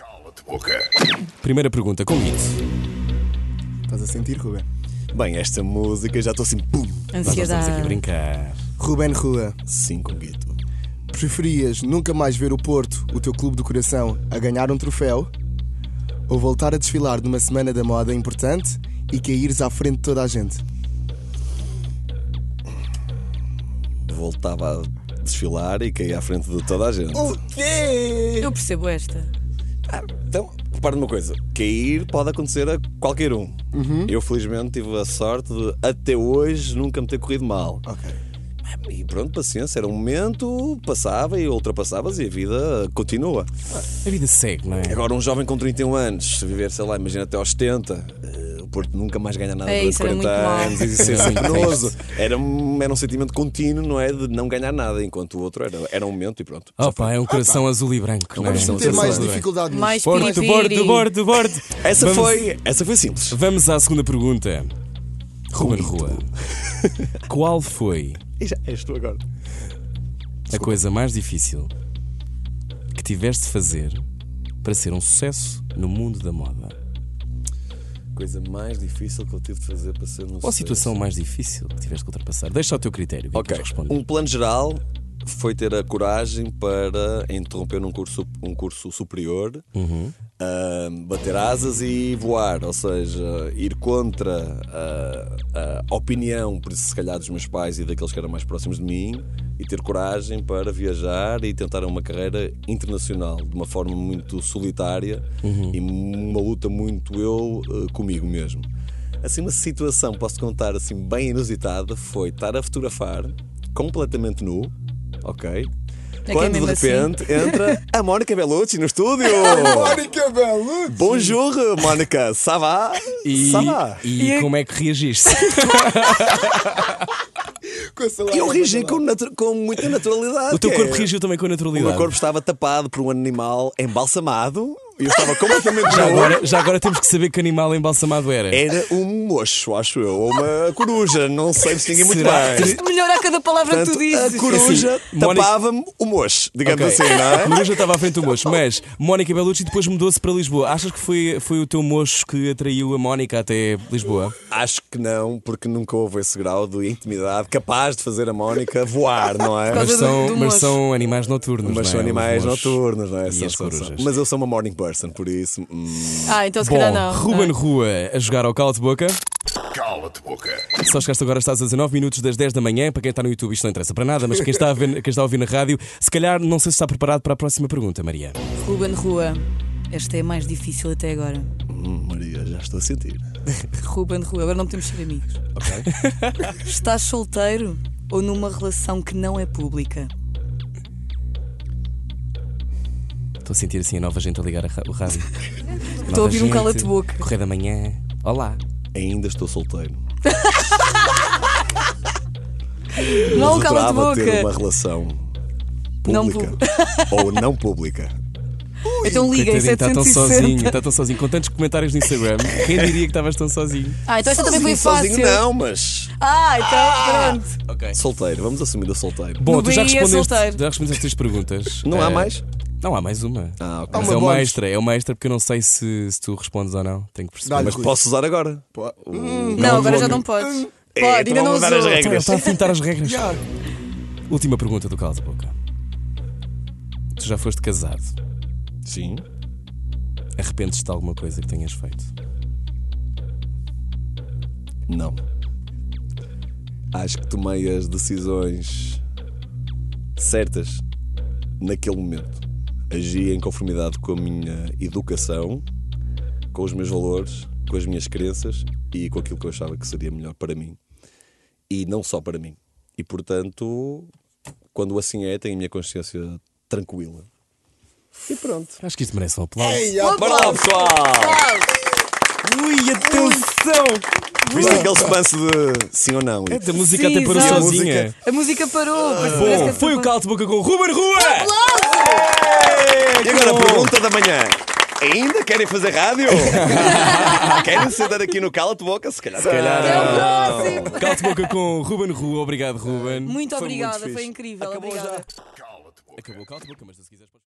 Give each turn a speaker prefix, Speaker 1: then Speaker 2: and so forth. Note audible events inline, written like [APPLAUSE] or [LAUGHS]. Speaker 1: Cala-te boca.
Speaker 2: Primeira pergunta, com hit.
Speaker 3: Estás a sentir, Ruben?
Speaker 2: Bem, esta música já estou assim, pum! Nós não estamos
Speaker 4: Ansiedade.
Speaker 2: aqui a brincar.
Speaker 3: Ruben Rua,
Speaker 2: Sim, com guito.
Speaker 3: preferias nunca mais ver o Porto, o teu clube do coração, a ganhar um troféu? Ou voltar a desfilar numa semana da moda importante e caíres à frente de toda a gente?
Speaker 2: Voltava a desfilar e caí à frente de toda a gente.
Speaker 3: O quê?
Speaker 4: Eu percebo esta.
Speaker 2: Ah, então, repara numa coisa: cair pode acontecer a qualquer um. Eu, felizmente, tive a sorte de até hoje nunca me ter corrido mal. Ah,
Speaker 3: Ok.
Speaker 2: E pronto, paciência, era um momento, passava e ultrapassavas e a vida continua.
Speaker 5: Ah, A vida segue, não é?
Speaker 2: Agora, um jovem com 31 anos, se viver, sei lá, imagina até aos 70, eh, o Porto nunca mais ganha nada
Speaker 4: É,
Speaker 2: durante
Speaker 4: isso era
Speaker 2: 40
Speaker 4: muito mau.
Speaker 2: anos, isso é
Speaker 5: [LAUGHS] Era
Speaker 2: sempre
Speaker 5: muito
Speaker 2: penoso. Era um, era um sentimento contínuo, não é? De não ganhar nada, enquanto o outro era, era um momento e pronto.
Speaker 5: Opa, é um coração azul e branco. não é?
Speaker 2: coração
Speaker 3: Ter
Speaker 2: Sim,
Speaker 3: mais
Speaker 2: sim.
Speaker 3: dificuldade nisso.
Speaker 4: Mais
Speaker 5: Bordo, bordo,
Speaker 4: piripiri.
Speaker 5: bordo, bordo.
Speaker 2: Essa,
Speaker 5: Vamos-
Speaker 2: foi, essa foi simples.
Speaker 5: Vamos à segunda pergunta. Ruben Rua. Qual foi
Speaker 2: E já és tu agora.
Speaker 5: a coisa mais difícil que tiveste de fazer para ser um sucesso no mundo da moda?
Speaker 2: Coisa mais difícil que eu tive de fazer para ser um
Speaker 5: Qual a situação mais difícil que tiveste que ultrapassar? Deixa ao teu critério. e
Speaker 2: Ok.
Speaker 5: depois responde.
Speaker 2: Um plano geral foi ter a coragem para interromper um curso, um curso superior,
Speaker 5: Uhum.
Speaker 2: ah, bater asas e voar, ou seja, ir contra a, a opinião, por isso, se calhar, dos meus pais e daqueles que eram mais próximos de mim, e ter coragem para viajar e tentar uma carreira internacional de uma forma muito solitária
Speaker 5: Uhum.
Speaker 2: e uma luta muito eu ah, comigo mesmo. Assim, uma situação, posso contar, assim, bem inusitada, foi estar a fotografar completamente nu, ok?
Speaker 4: que é
Speaker 2: Quando de
Speaker 4: mesmo assim?
Speaker 2: repente
Speaker 5: [LAUGHS]
Speaker 2: entra a Mónica Bellucci no estúdio!
Speaker 3: Mónica Bellucci!
Speaker 2: Bonjour, Mónica! Ça va?
Speaker 5: E,
Speaker 2: Ça va?
Speaker 5: e como é que [LAUGHS] reagiste?
Speaker 3: Com essa
Speaker 2: E eu
Speaker 3: lágrima
Speaker 2: reagi
Speaker 3: na
Speaker 2: com, natu- com muita naturalidade.
Speaker 5: o teu
Speaker 2: que é-
Speaker 5: corpo reagiu também com
Speaker 2: O
Speaker 5: naturalidade.
Speaker 2: meu corpo estava tapado por um animal embalsamado e eu estava completamente
Speaker 5: Já
Speaker 2: nu.
Speaker 5: agora, já agora temos que saber que animal embalsamado era.
Speaker 2: Era um mocho, acho eu, ou uma coruja, não sei distinguir muito
Speaker 5: Será?
Speaker 2: bem.
Speaker 4: [LAUGHS] Melhor a cada palavra que tu
Speaker 2: Portanto, a
Speaker 4: dizes.
Speaker 2: coruja
Speaker 5: Assim, Mónica-
Speaker 2: tapava-me o mocho, digamos
Speaker 5: Ok.
Speaker 2: assim, não é?
Speaker 5: A coruja estava à frente do mocho, mas Mónica Bellucci depois mudou-se para Lisboa. Achas que foi, foi o teu mocho que atraiu a Mónica até Lisboa?
Speaker 2: Acho que não, porque nunca houve esse grau de intimidade capaz de fazer a Mónica voar, não é?
Speaker 4: causa né?
Speaker 5: Mas são,
Speaker 4: do
Speaker 5: mas
Speaker 4: mocho.
Speaker 5: são animais noturnos.
Speaker 2: Mas
Speaker 5: não é?
Speaker 2: são
Speaker 5: Os
Speaker 2: animais
Speaker 5: mochos.
Speaker 2: noturnos, não é?
Speaker 5: E
Speaker 2: São-
Speaker 5: as
Speaker 2: são- são.
Speaker 5: corujas.
Speaker 2: Mas eu sou uma morning person, por isso. hum,
Speaker 4: Ah, então se calhar
Speaker 5: Bom,
Speaker 4: não.
Speaker 5: Ruben
Speaker 4: Ah.
Speaker 5: Rua a jogar ao cala de boca.
Speaker 1: Cala-te boca.
Speaker 5: Só chegaste agora, estás a 19 minutos das 10 da manhã. Para quem está no YouTube, isto não interessa para nada, mas quem está a, ver- quem está a ouvir na rádio, se calhar não sei se está preparado para a próxima pergunta, Maria.
Speaker 4: Ruben Rua. Esta é a mais difícil até agora.
Speaker 2: hum, Maria, já estou a sentir.
Speaker 4: Ruben Rua, agora não podemos ser amigos.
Speaker 2: Ok?
Speaker 4: [LAUGHS] Estás solteiro ou numa relação que não é pública?
Speaker 5: Estou a sentir assim a nova gente a ligar a ra- o rádio. Nova
Speaker 4: a ouvir um
Speaker 5: gente,
Speaker 4: cala-te-boca.
Speaker 5: Correio da manhã. Olá.
Speaker 2: Ainda estou solteiro.
Speaker 4: Não,
Speaker 2: Mas
Speaker 4: cala-te
Speaker 2: adorava ter uma
Speaker 4: boca.
Speaker 2: relação
Speaker 4: Não
Speaker 2: pública [LAUGHS] ou não pública.
Speaker 4: Então liga em
Speaker 5: Coitadinho, está tão
Speaker 4: 760.
Speaker 5: sozinho, está tão sozinho. Com tantos comentários no Instagram, quem diria que estavas tão sozinho?
Speaker 4: Ah, então esta também foi
Speaker 2: Sozinho,
Speaker 4: fácil.
Speaker 2: sozinho não, mas
Speaker 4: Ah, então pronto.
Speaker 5: Ok.
Speaker 2: solteiro, vamos assumir o solteiro.
Speaker 5: Bom,
Speaker 4: No
Speaker 5: tu já
Speaker 4: BI é
Speaker 5: respondeste,
Speaker 4: solteiro.
Speaker 5: já respondeste as três perguntas.
Speaker 2: Não há
Speaker 5: Eh,
Speaker 4: É.
Speaker 2: mais?
Speaker 5: Não há mais uma.
Speaker 2: Ah, ok.
Speaker 5: Mas
Speaker 3: Há uma
Speaker 5: é uma
Speaker 3: bónus.
Speaker 5: extra, é uma extra porque eu não sei se, se tu respondes ou não. Tenho que perceber.
Speaker 3: Dá-lhe.
Speaker 2: Mas posso usar agora? Hum.
Speaker 3: Pô,
Speaker 4: Não, agora já não podes.
Speaker 2: É,
Speaker 4: Pode,
Speaker 2: tu
Speaker 4: ainda não
Speaker 2: mudar
Speaker 4: usou. Então,
Speaker 2: as
Speaker 5: Está-
Speaker 2: regras.
Speaker 5: Está a pintar as regras.
Speaker 3: Já.
Speaker 5: Última pergunta do Cala de Boca. Tu já foste casado.
Speaker 4: então.
Speaker 2: Sim.
Speaker 5: Arrependes-te de alguma coisa que tenhas feito?
Speaker 2: Não. Acho que tomei as decisões certas naquele momento. Agi em conformidade com a minha educação, com os meus valores, com as minhas crenças e com aquilo que eu achava que seria melhor para mim. E não só para mim. E portanto, quando assim é, tenho a minha consciência tranquila. E pronto.
Speaker 5: Acho que isto merece um aplauso.
Speaker 2: Bora lá, pessoal!
Speaker 5: Ui, atenção!
Speaker 2: Viste aquele suspense de sim ou não?
Speaker 5: A música
Speaker 4: Sim,
Speaker 5: até parou
Speaker 4: exato.
Speaker 5: sozinha.
Speaker 4: A música parou. parece- parece que é
Speaker 5: Bom,
Speaker 4: esta
Speaker 5: foi o Cala de Boca com o Ruben Rua!
Speaker 2: E agora a pergunta da manhã. Ainda querem fazer [LAUGHS] rádio? querem sentar aqui no cala de boca? Se calhar. Se calhar.
Speaker 4: É o próximo.
Speaker 5: Cala de Boca com o Ruben Rua. Obrigado, Ruben.
Speaker 4: Muito
Speaker 5: Foi
Speaker 4: obrigada,
Speaker 5: fixe.
Speaker 4: foi incrível.
Speaker 2: Acabou já.
Speaker 4: obrigada.
Speaker 1: Cala-te boca.
Speaker 5: Acabou o Cala de Boca, mas se quiseres...